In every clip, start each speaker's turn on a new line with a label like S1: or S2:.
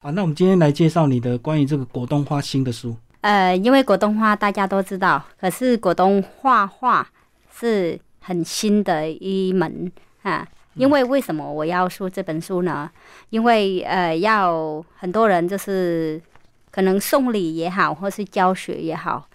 S1: 啊，那我们今天来介绍你的关于这个果冻花新的书。
S2: 呃，因为果冻花大家都知道，可是果冻画画是很新的一门啊。因为为什么我要出这本书呢？因为呃，要很多人就是可能送礼也好，或是教学也好，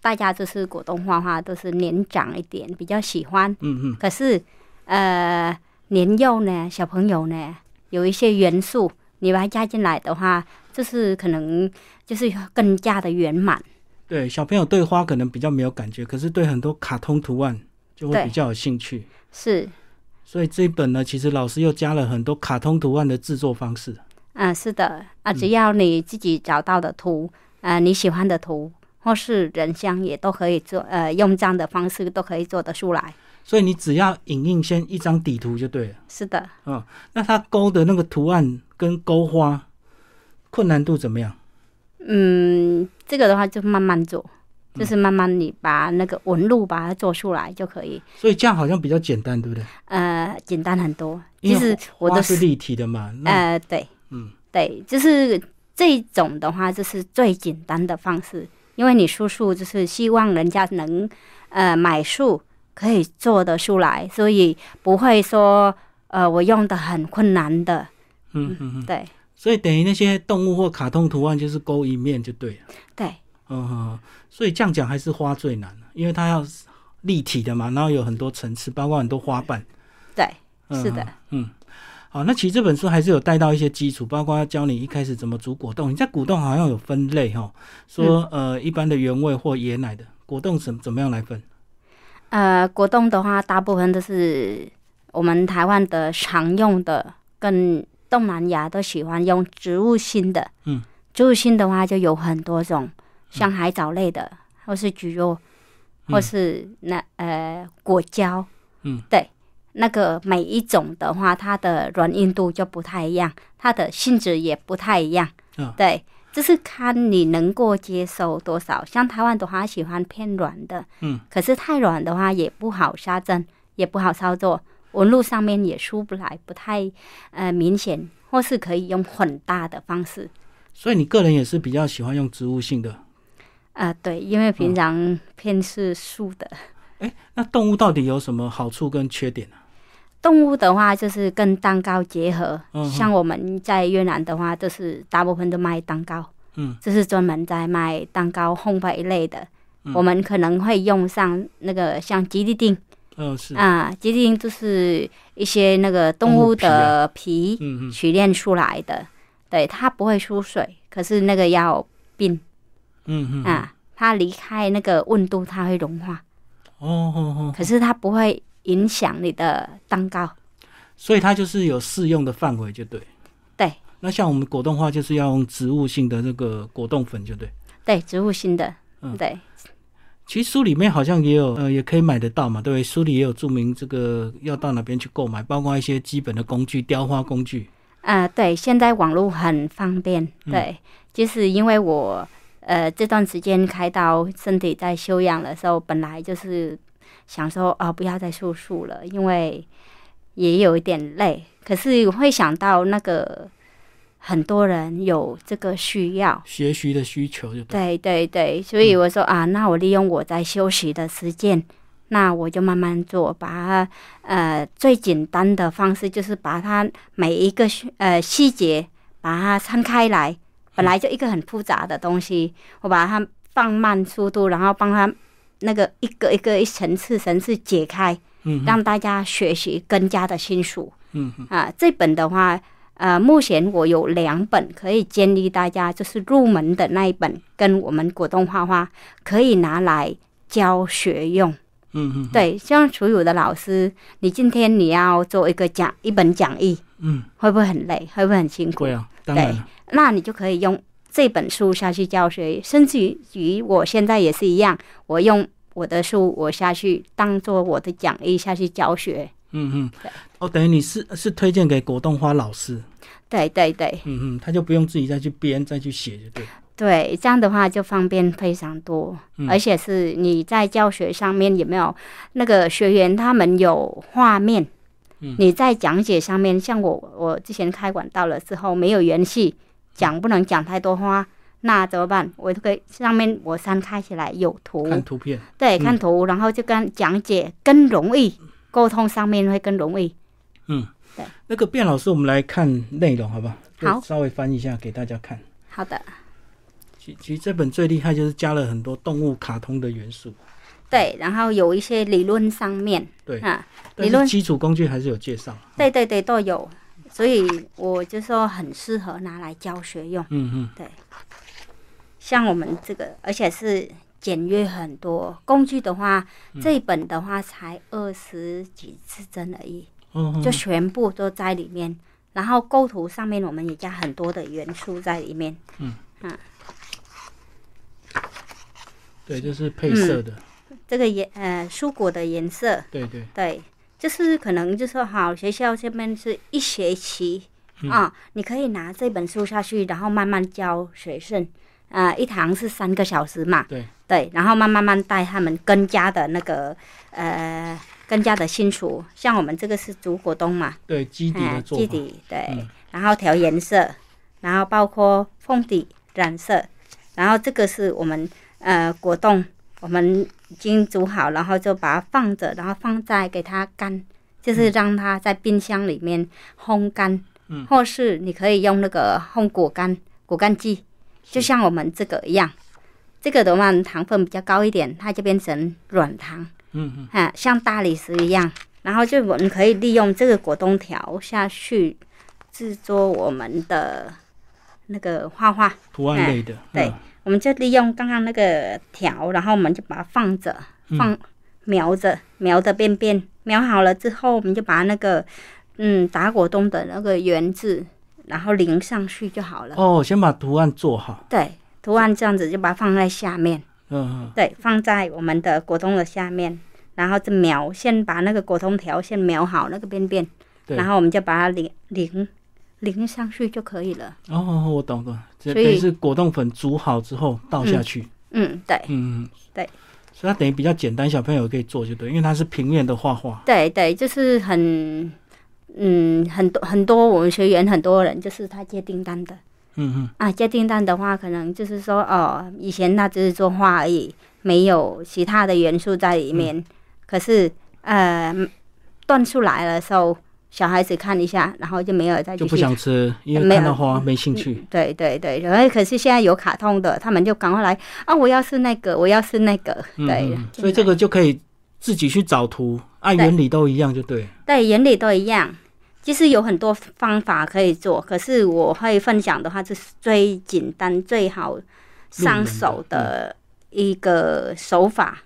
S2: 大家就是果冻画画都是年长一点比较喜欢。
S1: 嗯嗯
S2: 可是，呃，年幼呢，小朋友呢，有一些元素，你把它加进来的话，就是可能就是更加的圆满。
S1: 对，小朋友对花可能比较没有感觉，可是对很多卡通图案就会
S2: 对
S1: 比较有兴趣。
S2: 是，
S1: 所以这一本呢，其实老师又加了很多卡通图案的制作方式。
S2: 嗯、是的，啊，只要你自己找到的图，呃，你喜欢的图，或是人像也都可以做，呃，用这样的方式都可以做得出来。
S1: 所以你只要影印先一张底图就对了。
S2: 是的，
S1: 那它勾的那个图案跟勾花困难度怎么样？
S2: 嗯，这个的话就慢慢做，就是慢慢你把那个纹路把它做出来就可以，
S1: 所以这样好像比较简单，对不对？
S2: 呃，简单很多。
S1: 因
S2: 其
S1: 为
S2: 实我
S1: 花
S2: 的
S1: 是立体的嘛，那
S2: 呃，对，
S1: 嗯，
S2: 对，就是这种的话，就是最简单的方式，因为你叔叔就是希望人家能呃买树可以做得出来，所以不会说呃我用的很困难的，
S1: 嗯嗯嗯，
S2: 对
S1: 所以等于那些动物或卡通图案就是勾一面就对了。
S2: 对，
S1: 嗯，嗯所以这样讲还是花最难，因为它要立体的嘛，然后有很多层次，包括很多花瓣。
S2: 对，
S1: 嗯
S2: 是的，
S1: 嗯，好，那其实这本书还是有带到一些基础，包括要教你一开始怎么煮果冻。你在果冻好像有分类哈，说、呃一般的原味或椰奶的果冻怎怎么样来分？
S2: 呃，果冻的话，大部分都是我们台湾的常用的，跟东南亚都喜欢用植物性的。
S1: 嗯，
S2: 植物性的话就有很多种，像海藻类的，或是菊肉，或
S1: 嗯
S2: 是那呃果胶。
S1: 嗯，
S2: 对，那个每一种的话，它的软硬度就不太一样，它的性质也不太一样。
S1: 嗯
S2: 对。就是看你能够接受多少，像台湾的话，喜欢偏软的，可是太软的话也不好杀针，也不好操作，纹路上面也出不来，不太呃明显，或是可以用混搭的方式。
S1: 所以你个人也是比较喜欢用植物性的。
S2: 呃，对，因为平常偏是素的。
S1: 那动物到底有什么好处跟缺点呢、
S2: 动物的话就是跟蛋糕结合，
S1: 嗯哼
S2: 像我们在越南的话，就是大部分都卖蛋糕，
S1: 嗯，
S2: 就是专门在卖蛋糕烘焙类的。
S1: 嗯
S2: 我们可能会用上那个像吉利丁
S1: 呃，是，
S2: 啊，吉利丁就是一些那个动
S1: 动物
S2: 物
S1: 皮啊
S2: 的皮，
S1: 嗯嗯，
S2: 提炼出来的，对，它不会出水，可是那个要冰
S1: 嗯嗯，
S2: 啊，它离开那个温度它会融化，
S1: 哦哦哦，
S2: 可是它不会影响你的蛋糕。
S1: 所以它就是有适用的范围，就对。
S2: 对。
S1: 那像我们果冻花就是要用植物性的那个果冻粉，就对。
S2: 对，植物性的，
S1: 嗯
S2: 对，
S1: 其实书里面好像也有，呃，也可以买得到嘛，对不对？书里也有注明这个要到哪边去购买，包括一些基本的工具，雕花工具。
S2: 啊，对，现在网络很方便，
S1: 嗯
S2: 对，就是因为我呃这段时间开刀，身体在休养的时候，本来就是想说啊、不要再手术了，因为也有一点累，可是会想到那个很多人有这个需要，
S1: 学习的需求就对。
S2: 对对对，所以我说啊，那我利用我在休息的时间，那我就慢慢做，把它呃最简单的方式就是把它呃每一个细呃细节把它摊开来，本来就一个很复杂的东西，我把它放慢速度，然后帮它那个一个一个一层次层次解开，
S1: 嗯哼
S2: 让大家学习更加的清楚。
S1: 嗯哼
S2: 啊，这本的话，呃，目前我有两本可以建议大家，就是入门的那一本，跟我们果冻花花可以拿来教学用。
S1: 嗯哼，
S2: 对，像所有的老师，你今天你要做一个讲一本讲义，
S1: 嗯，
S2: 会不会很累？会不会很辛苦
S1: 会？啊，当然了，
S2: 那你就可以用这本书下去教学，甚至于我现在也是一样，我用我的书我下去当做我的讲义下去教学。
S1: 嗯嗯
S2: 对，
S1: 哦，等于你是是推荐给果冻花老师，
S2: 对对对。
S1: 嗯嗯，他就不用自己再去编再去写就对了。
S2: 对，这样的话就方便非常多，
S1: 嗯
S2: 而且是你在教学上面有没有那个学员他们有画面，
S1: 嗯
S2: 你在讲解上面，像我我之前开馆到了之后没有元气，讲不能讲太多话，那怎么办？我这个上面我删开起来有图，
S1: 看图片，嗯
S2: 对，看图，然后就跟讲解更容易，沟通上面会更容易。
S1: 那个卞老师，我们来看内容好不好？就
S2: 好
S1: 稍微翻一下给大家看。
S2: 好的，
S1: 其其实这本最厉害就是加了很多动物卡通的元素，
S2: 对，然后有一些理论上面，
S1: 对
S2: 啊，
S1: 但
S2: 理论
S1: 是基础工具还是有介绍。啊
S2: 对对对都有，所以我就说很适合拿来教学用。
S1: 嗯嗯，
S2: 像我们这个，而且是简约很多。工具的话，这一本的话才二十几字针而已，
S1: 哦哦
S2: 就全部都在里面。然后构图上面我们也加很多的元素在里面，
S1: 对，就是配色
S2: 嗯
S1: 的，
S2: 这个颜呃蔬果的颜色，
S1: 对对，
S2: 对，就是可能就是好学校这边是一学期啊、
S1: 嗯
S2: 你可以拿这本书下去，然后慢慢教学生。呃，一堂是三个小时嘛，
S1: 对
S2: 对，然后慢慢慢带他们更加的那个呃更加的清楚。像我们这个是煮果冻嘛，
S1: 对，基底的
S2: 嗯，
S1: 做
S2: 基
S1: 法，
S2: 底对，
S1: 嗯
S2: 然后调颜色，然后包括封底、染色，然后这个是我们呃果冻，我们已经煮好，然后就把它放着，然后放在给它干，就是让它在冰箱里面烘干，
S1: 嗯
S2: 或是你可以用那个烘果干果干机，就是像我们这个一样。这个的话糖分比较高一点，它就变成软糖。
S1: 嗯嗯，
S2: 啊，像大理石一样，然后就我们可以利用这个果冻条下去制作我们的那个画画。
S1: 图案类的，
S2: 哎对
S1: 嗯
S2: 我们就利用刚刚那个条，然后我们就把它放着，
S1: 嗯
S2: 放描着描的边边，描好了之后，我们就把那个嗯打果冻的那个圆字，然后淋上去就好了。
S1: 哦，先把图案做好，
S2: 对，图案这样子就把它放在下面。
S1: 嗯
S2: 对，放在我们的果冻的下面，然后就描，先把那个果冻条先描好那个边边，
S1: 对
S2: 然后我们就把它淋淋淋上去就可以了。
S1: 嗯，哦，我懂了，这等
S2: 所以
S1: 于是果冻粉煮好之后倒下去，
S2: 嗯，对，
S1: 嗯，嗯
S2: 对，
S1: 所以它等于比较简单，小朋友可以做就对，因为它是平面的画画，
S2: 对对，就是很，嗯，很多很多我们学员很多人就是他接订单的
S1: 嗯嗯，
S2: 啊，接订单的话，可能就是说哦，以前他只是做画而已，没有其他的元素在里
S1: 嗯
S2: 面，可是呃，断出来的时候。小孩子看一下，然后就没有再继
S1: 就
S2: 续
S1: 不想吃，因为
S2: 哎没有
S1: 看到花没兴趣，
S2: 对对对，然后可是现在有卡通的，他们就赶快来啊！我要是那个，我要是那个，
S1: 嗯
S2: 对，
S1: 嗯所以这个就可以自己去找图，按
S2: 对
S1: 原理都一样就对。
S2: 对原理都一样。其实有很多方法可以做，可是我会分享的话，就是最简单、最好上手的一个手法，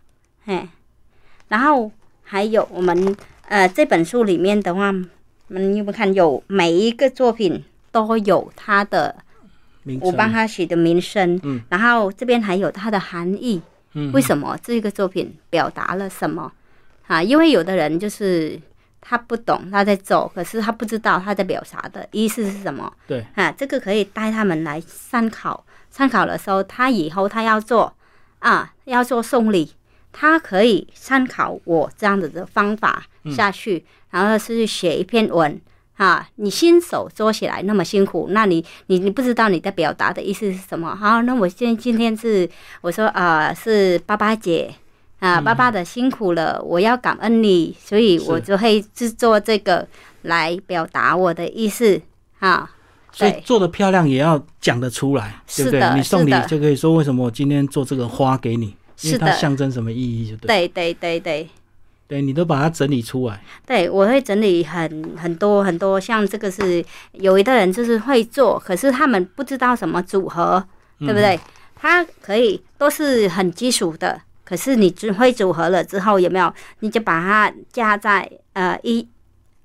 S2: 嘿。然后还有我们呃这本书里面的话，我们有没有看有每一个作品都有它的
S1: 名
S2: 我
S1: 称
S2: 帮他取的名称，
S1: 嗯
S2: 然后这边还有它的含义，
S1: 嗯
S2: 为什么这个作品表达了什么啊？因为有的人就是他不懂他在做，可是他不知道他在表达的意思是什么
S1: 对，
S2: 啊，这个可以带他们来参考，参考的时候他以后他要做啊，要做送礼。他可以参考我这样子的方法
S1: 嗯
S2: 下去，然后是去写一篇文，啊，你新手做起来那么辛苦，那你你你不知道你在表达的意思是什么？好，那我今今天是我说呃是爸爸姐啊、爸爸的辛苦了，我要感恩你，所以
S1: 嗯是
S2: 我就会制作这个来表达我的意思啊。
S1: 所以
S2: 对
S1: 做的漂亮也要讲得出来，对不
S2: 是的
S1: 对？你送礼
S2: 是的
S1: 就可以说为什么我今天做这个花给你，因为
S2: 是
S1: 它
S2: 的
S1: 象征什么意义，就对。
S2: 对对对对
S1: 对，你都把它整理出来，
S2: 对，我会整理很很多很多，像这个是有一的人就是会做，可是他们不知道什么组合，对不对？它可以都是很基础的，可是你只会组合了之后，有没有？你就把它加在呃一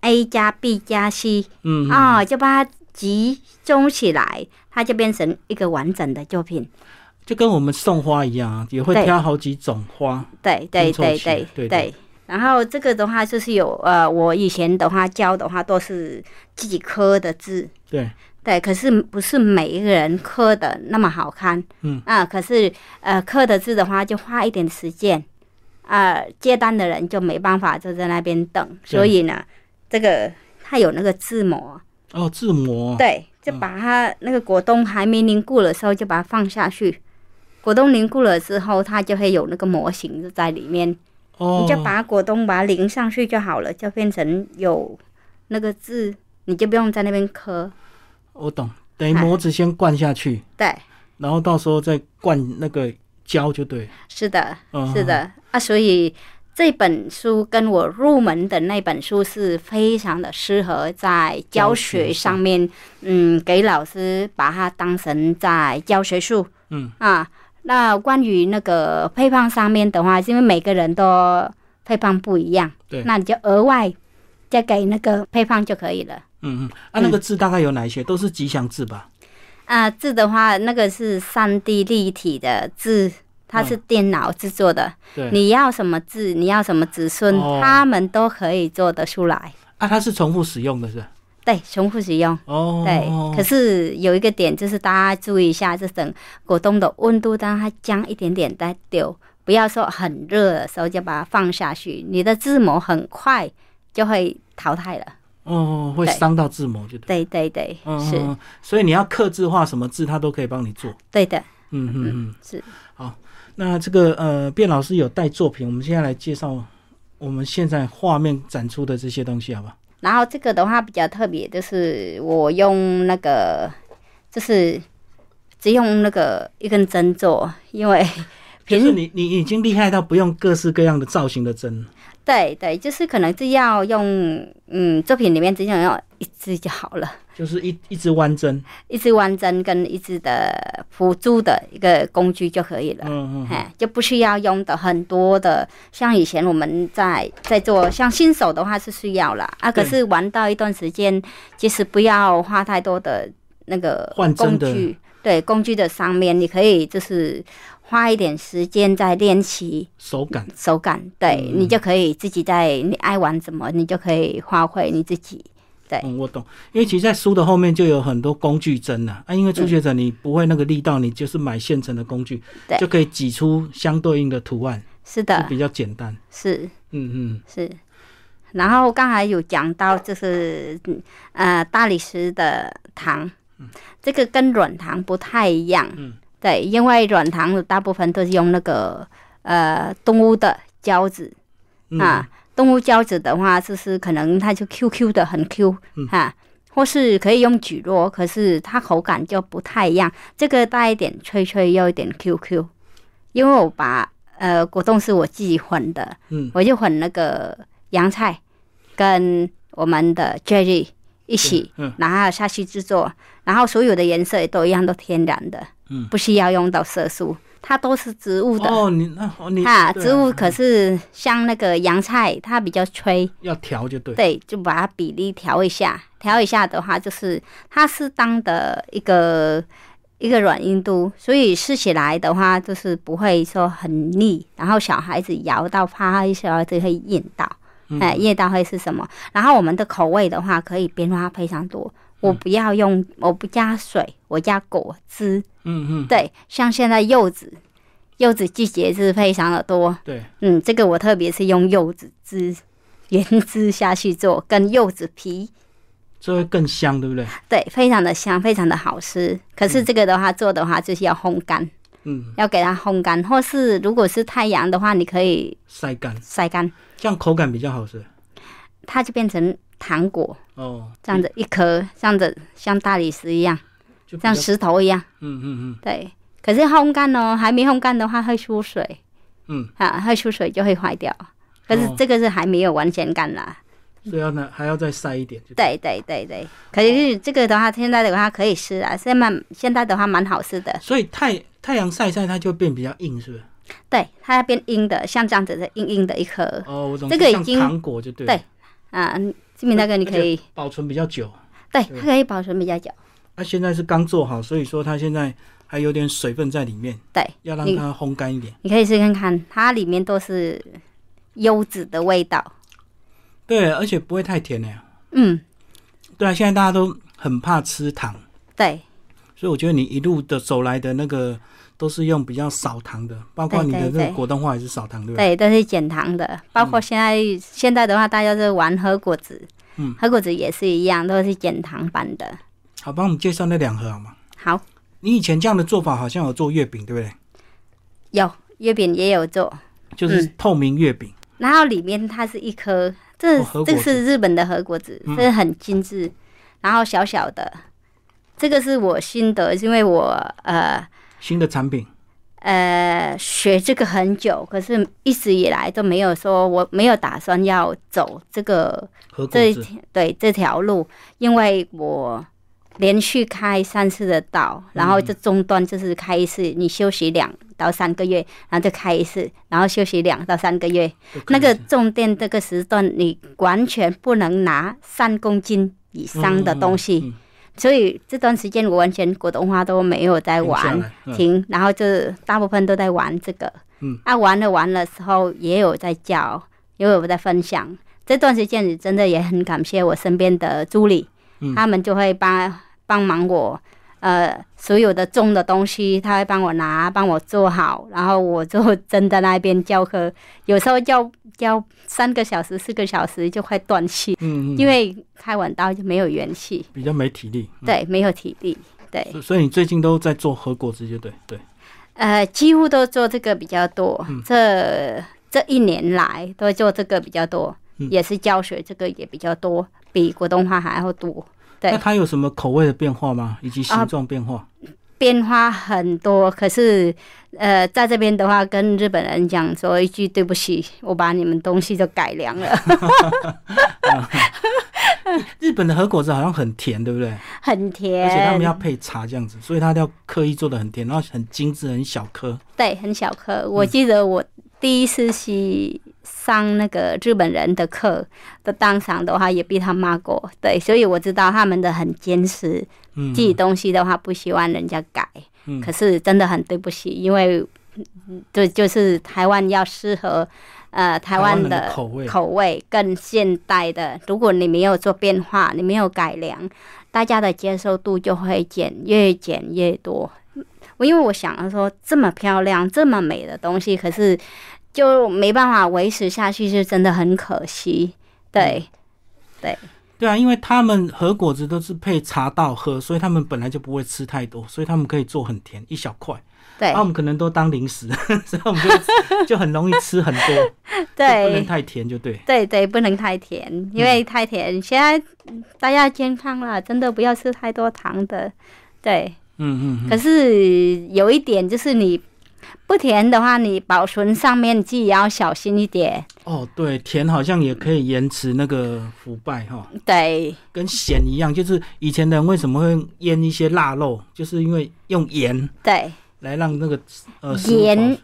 S2: A 加 B 加 C
S1: 嗯，嗯
S2: 啊、就把它集中起来，它就变成一个完整的作品。
S1: 就跟我们送花一样啊，也会
S2: 对
S1: 挑好几种花，
S2: 对对
S1: 拼凑
S2: 对
S1: 起来
S2: 对
S1: 对的
S2: 对。然后这个的话就是有呃，我以前的话教的话都是自己刻的字，
S1: 对，
S2: 对，可是不是每一个人刻的那么好看，
S1: 嗯
S2: 啊，可是呃刻的字的话就花一点时间，啊，接单的人就没办法就在那边等，
S1: 对
S2: 所以呢，这个它有那个字模，
S1: 哦，字模，
S2: 对，就把它那个果冻还没凝固的时候就把它放下去，果冻凝固了之后，它就会有那个模型在里面，
S1: 哦
S2: 你，就把果冻把它淋上去就好了，就变成有那个字，你就不用在那边磕。
S1: 我懂，等于
S2: 哎
S1: 模子先灌下去，
S2: 对，
S1: 然后到时候再灌那个胶就对了。
S2: 是的，
S1: 嗯、
S2: 是的啊，所以这本书跟我入门的那本书是非常的适合在教学上面，嗯，给老师把它当成在教学术，
S1: 嗯
S2: 啊，那关于那个配方上面的话，因为每个人都配方不一样，
S1: 对
S2: 那你就额外再给那个配方就可以了。
S1: 嗯嗯，啊，那个字大概有哪一些？都是吉祥字吧？
S2: 啊，字的话，那个是三 D 立体的字，它是电脑制作的。
S1: 对，
S2: 你要什么字，你要什么子孙，
S1: 嗯哦
S2: 他们都可以做得出来。
S1: 啊，它是重复使用的是吧？
S2: 对，重复使用。
S1: 哦，
S2: 对，可是有一个点就是大家注意一下，就等果冻的温度，当它降一点点再丢，不要说很热的时候就把它放下去，你的字母很快就会淘汰了。
S1: 哦，会
S2: 对
S1: 伤到字母就对。
S2: 对对对，
S1: 嗯，嗯
S2: 是
S1: 嗯所以你要刻字化什么字，它都可以帮你做。
S2: 对的，
S1: 嗯嗯嗯，
S2: 是。
S1: 好，那这个呃，卞老师有带作品，我们现在来介绍我们现在画面展出的这些东西，好不好？
S2: 然后这个的话比较特别，就是我用那个，就是只用那个一根针做，因为
S1: 就
S2: 平
S1: 是你你已经厉害到不用各式各样的造型的针，
S2: 对对，就是可能就要用，嗯，作品里面只想要一支就好了，
S1: 就是一一支弯针。
S2: 一支弯针跟一支的辅助的一个工具就可以了。
S1: 嗯嗯嗯，
S2: 哎，就不需要用的很多的，像以前我们在在做，像新手的话是需要啦啊，可
S1: 对
S2: 是玩到一段时间，其实不要花太多的那个
S1: 换针
S2: 工
S1: 的
S2: 具，对工具的上面，你可以就是花一点时间在练习
S1: 手感。
S2: 手感，对、
S1: 嗯
S2: 你就可以自己在你爱玩什么，你就可以发挥你自己。对
S1: 嗯，我懂，因为其实，在书的后面就有很多工具针呐、啊。因为初学者你不会那个力道，你就是买现成的工具，
S2: 嗯对
S1: 就可以挤出相对应的图案，
S2: 是
S1: 就
S2: 的，
S1: 比较简单。
S2: 是。
S1: 嗯嗯，
S2: 是。然后刚才有讲到，就是嗯呃大理石的糖，这个跟软糖不太一样。
S1: 嗯，
S2: 对，因为软糖的大部分都是用那个呃动物的胶质
S1: 嗯
S2: 啊，动物胶质的话，就是可能它就 QQ 的很 Q
S1: 嗯
S2: 哈、或是可以用蒟蒻，可是它口感就不太一样，这个带一点脆脆，又一点 QQ，因为我把呃果冻是我自己混的，
S1: 嗯，
S2: 我就混那个洋菜跟我们的 jelly 一起，
S1: 嗯
S2: 然后下去制作，然后所有的颜色也都一样，都天然的，
S1: 嗯
S2: 不需要用到色素，它都是植物的。
S1: 哦，你那哦你
S2: 哈，
S1: 对啊
S2: 植物可是像那个洋菜，它比较脆，
S1: 要调就对。
S2: 对，就把它比例调一下，调一下的话，就是它适当的一个一个软硬度，所以吃起来的话，就是不会说很腻，然后小孩子咬到怕小孩子会咽到，
S1: 嗯
S2: 哎、咽到会是什么？然后我们的口味的话，可以变化非常多。我不要用，我不加水，我加果汁。
S1: 嗯嗯，
S2: 对，像现在柚子，柚子季节是非常的多，
S1: 对，
S2: 嗯，这个我特别是用柚子汁、原汁下去做，跟柚子皮，
S1: 这会更香，对不对？
S2: 对，非常的香，非常的好吃。可是这个的话做的话，就是要烘干，
S1: 嗯，
S2: 要给它烘干，或是如果是太阳的话，你可以
S1: 晒干，
S2: 晒干，
S1: 这样口感比较好吃。
S2: 它就变成糖果，
S1: 哦，
S2: 这样子一颗，这样子像大理石一样，
S1: 就比较
S2: 像石头一样，
S1: 嗯嗯
S2: 对。可是烘干哦，还没烘干的话会出水
S1: 嗯
S2: 啊，会出水就会坏掉。可是
S1: 哦
S2: 这个是还没有完全干啦、
S1: 嗯，所以要呢还要再晒一点。就，
S2: 对对对对，可是这个的话，现在的话可以吃啊，现在蛮现在的话蛮好吃的，
S1: 所以太太阳晒一晒它就变比较硬，是不是？
S2: 对，它要变硬的，像这样子的硬硬的一颗，
S1: 哦，我懂，
S2: 呃这个已
S1: 像
S2: 经
S1: 糖果就对了。
S2: 对啊，志明大哥你可以，
S1: 保存比较久。
S2: 对，它可以保存比较久，
S1: 它现在是刚做好，所以说它现在还有点水分在里面，
S2: 对，
S1: 要让
S2: 你
S1: 它烘干一点。
S2: 你可以试看看，它里面都是柚子的味道，
S1: 对，而且不会太甜了呀。
S2: 嗯，
S1: 对啊，现在大家都很怕吃糖，
S2: 对
S1: 所以我觉得你一路的走来的那个都是用比较少糖的，包括
S2: 对
S1: 你的这
S2: 对
S1: 个
S2: 对
S1: 果冻化也是少糖，对不对？嗯
S2: 对，都是减糖的，包括现在、现在的话，大家是玩喝果子，
S1: 嗯
S2: 喝果子也是一样，都是减糖版的，
S1: 好，帮我们介绍那两盒好吗？
S2: 好，
S1: 你以前这样的做法好像有做月饼，对不对？
S2: 有月饼也有做，
S1: 就是
S2: 嗯
S1: 透明月饼，
S2: 然后里面它是一颗，这、
S1: 哦核果
S2: 这
S1: 子
S2: 个是日本的和果子，
S1: 嗯
S2: 这很精致，然后小小的。这个是我心得，因为我呃
S1: 新的产品。
S2: 呃学这个很久，可是一直以来都没有说我没有打算要走这个
S1: 和果
S2: 这
S1: 子，
S2: 对这条路，因为我连续开三次的道，然
S1: 嗯
S2: 后这中断就是开一次，你休息两到三个月，然后再开一次，然后休息两到三个月，那个重点这个时段，你完全不能拿三公斤以上的东西，
S1: 嗯嗯嗯
S2: 所以这段时间我完全果冻花都没有在
S1: 停下
S2: 玩，
S1: 来嗯
S2: 停，然后就大部分都在玩这个。
S1: 嗯，
S2: 啊，玩了玩了时候也有在教，也有在分享。这段时间你真的也很感谢我身边的助理，
S1: 嗯
S2: 他们就会帮帮忙我，呃，所有的种的东西他会帮我拿，帮我做好，然后我就真的那边教课，有时候教教三个小时、四个小时就快断气，
S1: 嗯，嗯
S2: 因为开完刀就没有元气，
S1: 比较没体力，嗯，
S2: 对，没有体力，对。
S1: 所所以你最近都在做和果子，就对对，
S2: 呃，几乎都做这个比较多，这这一年来都做这个比较多，
S1: 嗯
S2: 也是教学这个也比较多，比国东话还要多。对啊
S1: 那它有什么口味的变化吗？以及形状变化？
S2: 变化很多，可是呃，在这边的话，跟日本人讲说一句对不起，我把你们东西都改良了，
S1: 日本的和果子好像很甜，对不对？
S2: 很
S1: 而
S2: 甜，
S1: 且他们要配茶这样子，所以它要刻意做的很甜，然后很精致，很小颗。
S2: 对，很小颗。我记得我第一次去上那个日本人的课的当场的话，也被他骂过，对，所以我知道他们的很坚持。
S1: 嗯，
S2: 自己东西的话不希望人家改，
S1: 嗯
S2: 可是真的很对不起，因为嗯就就是台湾要适合呃台湾
S1: 人
S2: 的
S1: 的口味，
S2: 口味更现代的，如果你没有做变化，你没有改良，大家的接受度就会减，越减越多。我因为我想要说，这么漂亮、这么美的东西，可是就没办法维持下去，是真的很可惜。对，
S1: 对啊，因为他们和果子都是配茶道喝，所以他们本来就不会吃太多，所以他们可以做很甜，一小块。
S2: 对，
S1: 啊，我们可能都当零食， 所以我们就就很容易吃很多，就
S2: 对，
S1: 啊不能太甜，就对。
S2: 对对，不能太甜，因为太甜、现在嗯大家健康了，真的不要吃太多糖的。对，
S1: 嗯嗯嗯，
S2: 可是有一点就是你不甜的话，你保存上面自己要小心一点。
S1: 哦，对，甜好像也可以延迟那个腐败哈、
S2: 对
S1: 跟咸一样，就是以前的人为什么会腌一些腊肉，就是因为用盐
S2: 对，
S1: 来让那个呃食物
S2: 盐
S1: 保、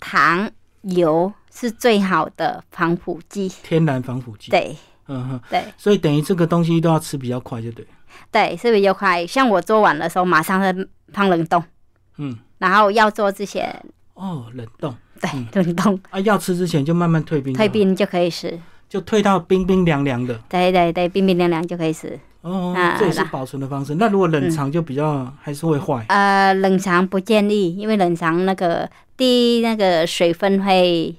S2: 糖、油是最好的防腐剂。
S1: 天然防腐剂。，
S2: 对
S1: 嗯哼，
S2: 对
S1: 所以等于这个东西都要吃比较快，就对。
S2: 对，是不是就快？像我做完的时候，马上在放冷冻，
S1: 嗯，
S2: 然后要做之前，
S1: 哦，冷冻
S2: 对，冷冻
S1: 啊，要吃之前就慢慢退冰，
S2: 退，冰就可以吃。
S1: 就退到冰冰凉凉的。
S2: 对对对，冰冰凉凉就可以吃。
S1: 哦
S2: 啊，
S1: 这也是
S2: 啦嗯
S1: 保存的方式。那如果冷藏就比较还是会坏。
S2: 呃，冷藏不建议，因为冷藏那个第一那个水分会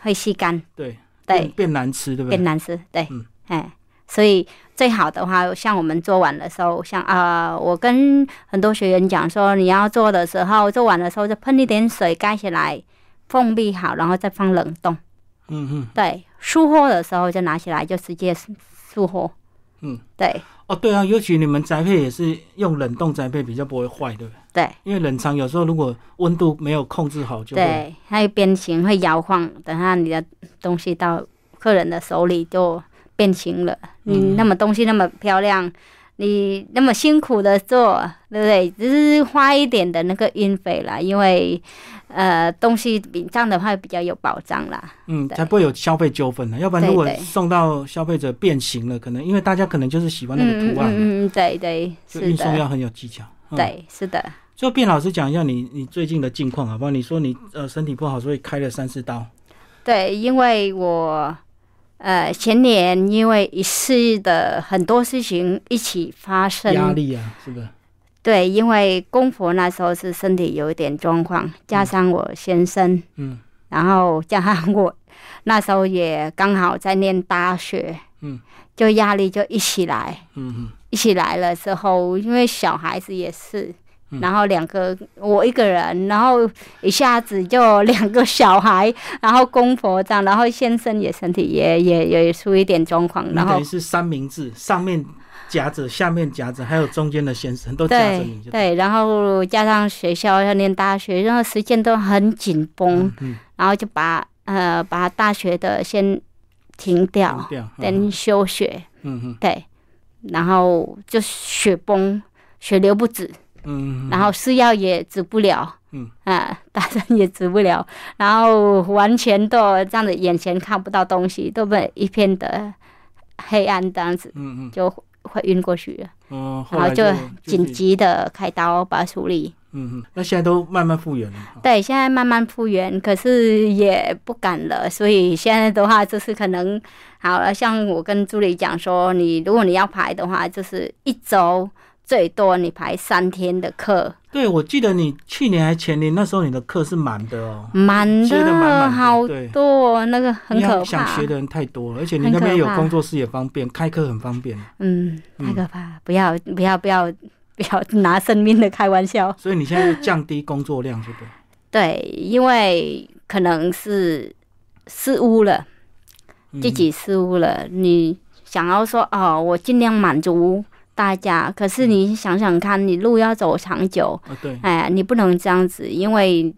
S2: 会吸干，
S1: 对，变
S2: 对，
S1: 变难吃，嗯对不
S2: 变
S1: 对？
S2: 难吃，对
S1: 嗯，
S2: 哎、所以最好的话，像我们做完的时候，像啊、呃我跟很多学员讲说，你要做的时候，做完的时候就喷一点水盖起来，封闭好，然后再放冷冻。
S1: 嗯嗯，
S2: 对，疏忽的时候就拿起来就直接疏忽。
S1: 嗯，
S2: 对
S1: 哦，对啊，尤其你们宅配也是用冷冻宅配，比较不会坏，对不对？
S2: 对
S1: 因为冷藏有时候如果温度没有控制好，就会
S2: 对，它会变形，会摇晃，等下你的东西到客人的手里就变形了。
S1: 嗯
S2: 你那么东西那么漂亮，你那么辛苦的做，对不对？只是花一点的那个运费啦，因为呃东西比这样的话比较有保障啦。
S1: 嗯，
S2: 对
S1: 才不会有消费纠纷呢。啊要不然如果
S2: 对对
S1: 送到消费者变形了，可能因为大家可能就是喜欢那个
S2: 嗯嗯
S1: 图案嘛，
S2: 嗯嗯，对对，
S1: 就是运送
S2: 的，
S1: 要很有技巧。嗯，
S2: 对是的，
S1: 就卞老师讲一下你你最近的近况好不好？你说你呃身体不好，所以开了三四刀。
S2: 对，因为我。呃，前年因为一次的很多事情一起发生，
S1: 压力啊，是不是？
S2: 对，因为公婆那时候是身体有一点状况，加上我先生，
S1: 嗯
S2: 然后加上我那时候也刚好在念大学，
S1: 嗯，
S2: 就压力就一起来，
S1: 嗯嗯，
S2: 一起来了之后，因为小孩子也是，
S1: 嗯
S2: 然后两个我一个人，然后一下子就两个小孩，然后公婆这样，然后先生也身体也也也出一点状况，
S1: 你
S2: 然后
S1: 等于是三明治，上面夹着，下面夹着，还有中间的先生都夹着
S2: 对
S1: 你就，
S2: 对，然后加上学校要念大学，然后时间都很紧绷，
S1: 嗯，
S2: 然后就把呃把大学的先停掉
S1: 嗯，掉，嗯
S2: 等休学，
S1: 嗯嗯
S2: 对，然后就雪崩，血流不止，
S1: 嗯，嗯
S2: 然后是药也止不了，
S1: 嗯
S2: 啊，打针也止不了，然后完全都这样子，眼前看不到东西，都被一片的黑暗这样子，
S1: 嗯嗯
S2: 就会晕过去了，
S1: 嗯，哦，后
S2: 然后
S1: 来
S2: 就
S1: 就
S2: 紧
S1: 是，
S2: 急的开刀把它处理。
S1: 嗯嗯，那现在都慢慢复原了嘛，
S2: 对，现在慢慢复原，可是也不敢了，所以现在的话就是可能好了。像我跟助理讲说，你如果你要排的话，就是一周最多你排三天的课，
S1: 对，我记得你去年还前年那时候你的课是满的哦，
S2: 满
S1: 接得满满的
S2: 好
S1: 对
S2: 多，那个很
S1: 因为
S2: 可
S1: 想
S2: 怕
S1: 学。的人太多了，而且你
S2: 很
S1: 那边
S2: 可
S1: 有
S2: 怕
S1: 工作室也方便，开课很方便，
S2: 嗯，
S1: 嗯
S2: 太可怕，不要不要不要不要拿生命的开玩笑。
S1: 所以你现在就降低工作量，对不对？
S2: 对，因为可能是失误了。
S1: 嗯
S2: 自己失误了，你想要说哦，我尽量满足大家，可是你想想看，你路要走长久，
S1: 啊， 对，
S2: 哎，你不能这样子，因为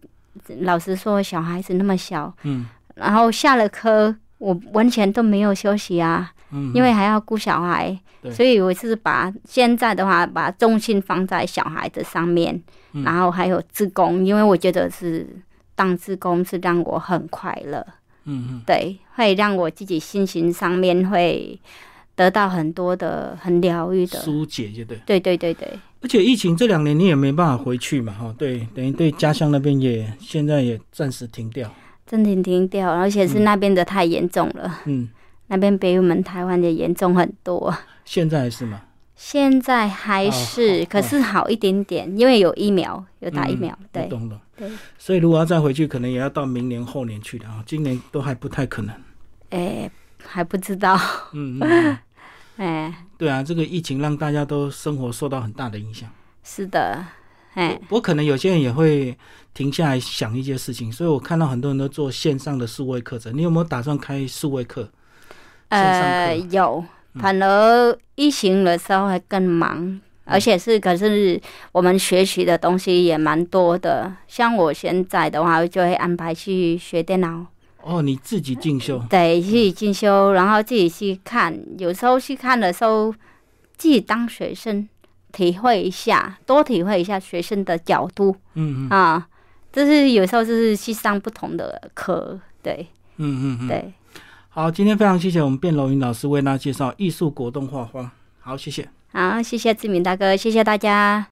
S2: 老实说，小孩子那么小，
S1: 嗯
S2: 然后下了课，我完全都没有休息啊，
S1: 嗯，
S2: 因为还要顾小孩
S1: 对，
S2: 所以我是把现在的话，把重心放在小孩的上面，
S1: 嗯
S2: 然后还有自工，因为我觉得是当自工是让我很快乐。
S1: 嗯
S2: 对，会让我自己心情上面会得到很多的很疗愈
S1: 嗯，
S2: 的。
S1: 疏解就对。
S2: 对对对对，
S1: 而且疫情这两年你也没办法回去嘛，哈，对，等于对家乡那边也现在也暂时停掉，
S2: 真的停掉，而且是那边的太严重了，
S1: 嗯，
S2: 那边比我们台湾的严重很多。
S1: 现在还是嘛，
S2: 现在还
S1: 哦
S2: 是，
S1: 好
S2: 可是好一点点，因为有疫苗，有打疫苗。
S1: 嗯我
S2: 对
S1: 懂了。
S2: 对，
S1: 所以如果要再回去，可能也要到明年后年去了啊，今年都还不太 可能。
S2: 哎，还不知道，
S1: 嗯，嗯嗯
S2: 哎，
S1: 对啊，这个疫情让大家都生活受到很大的影响。
S2: 是的，哎，
S1: 不过可能有些人也会停下来想一些事情，所以我看到很多人都做线上的数位课程。你有没有打算开数位课？线上课嗯
S2: 呃，有，反而疫情的时候还更忙，而且是可是我们学习的东西也蛮多的。像我现在的话，就会安排去学电脑，
S1: 哦，你自己进修，
S2: 对，自己进修，然后自己去看。有时候去看的时候，自己当学生，体会一下，多体会一下学生的角度
S1: 嗯嗯
S2: 啊。就是有时候就是去上不同的课，对
S1: 嗯嗯嗯。
S2: 对。
S1: 好，今天非常谢谢我们卞柔云老师为大家介绍艺术果冻画花。好，谢谢。
S2: 好，谢谢志明大哥，谢谢大家。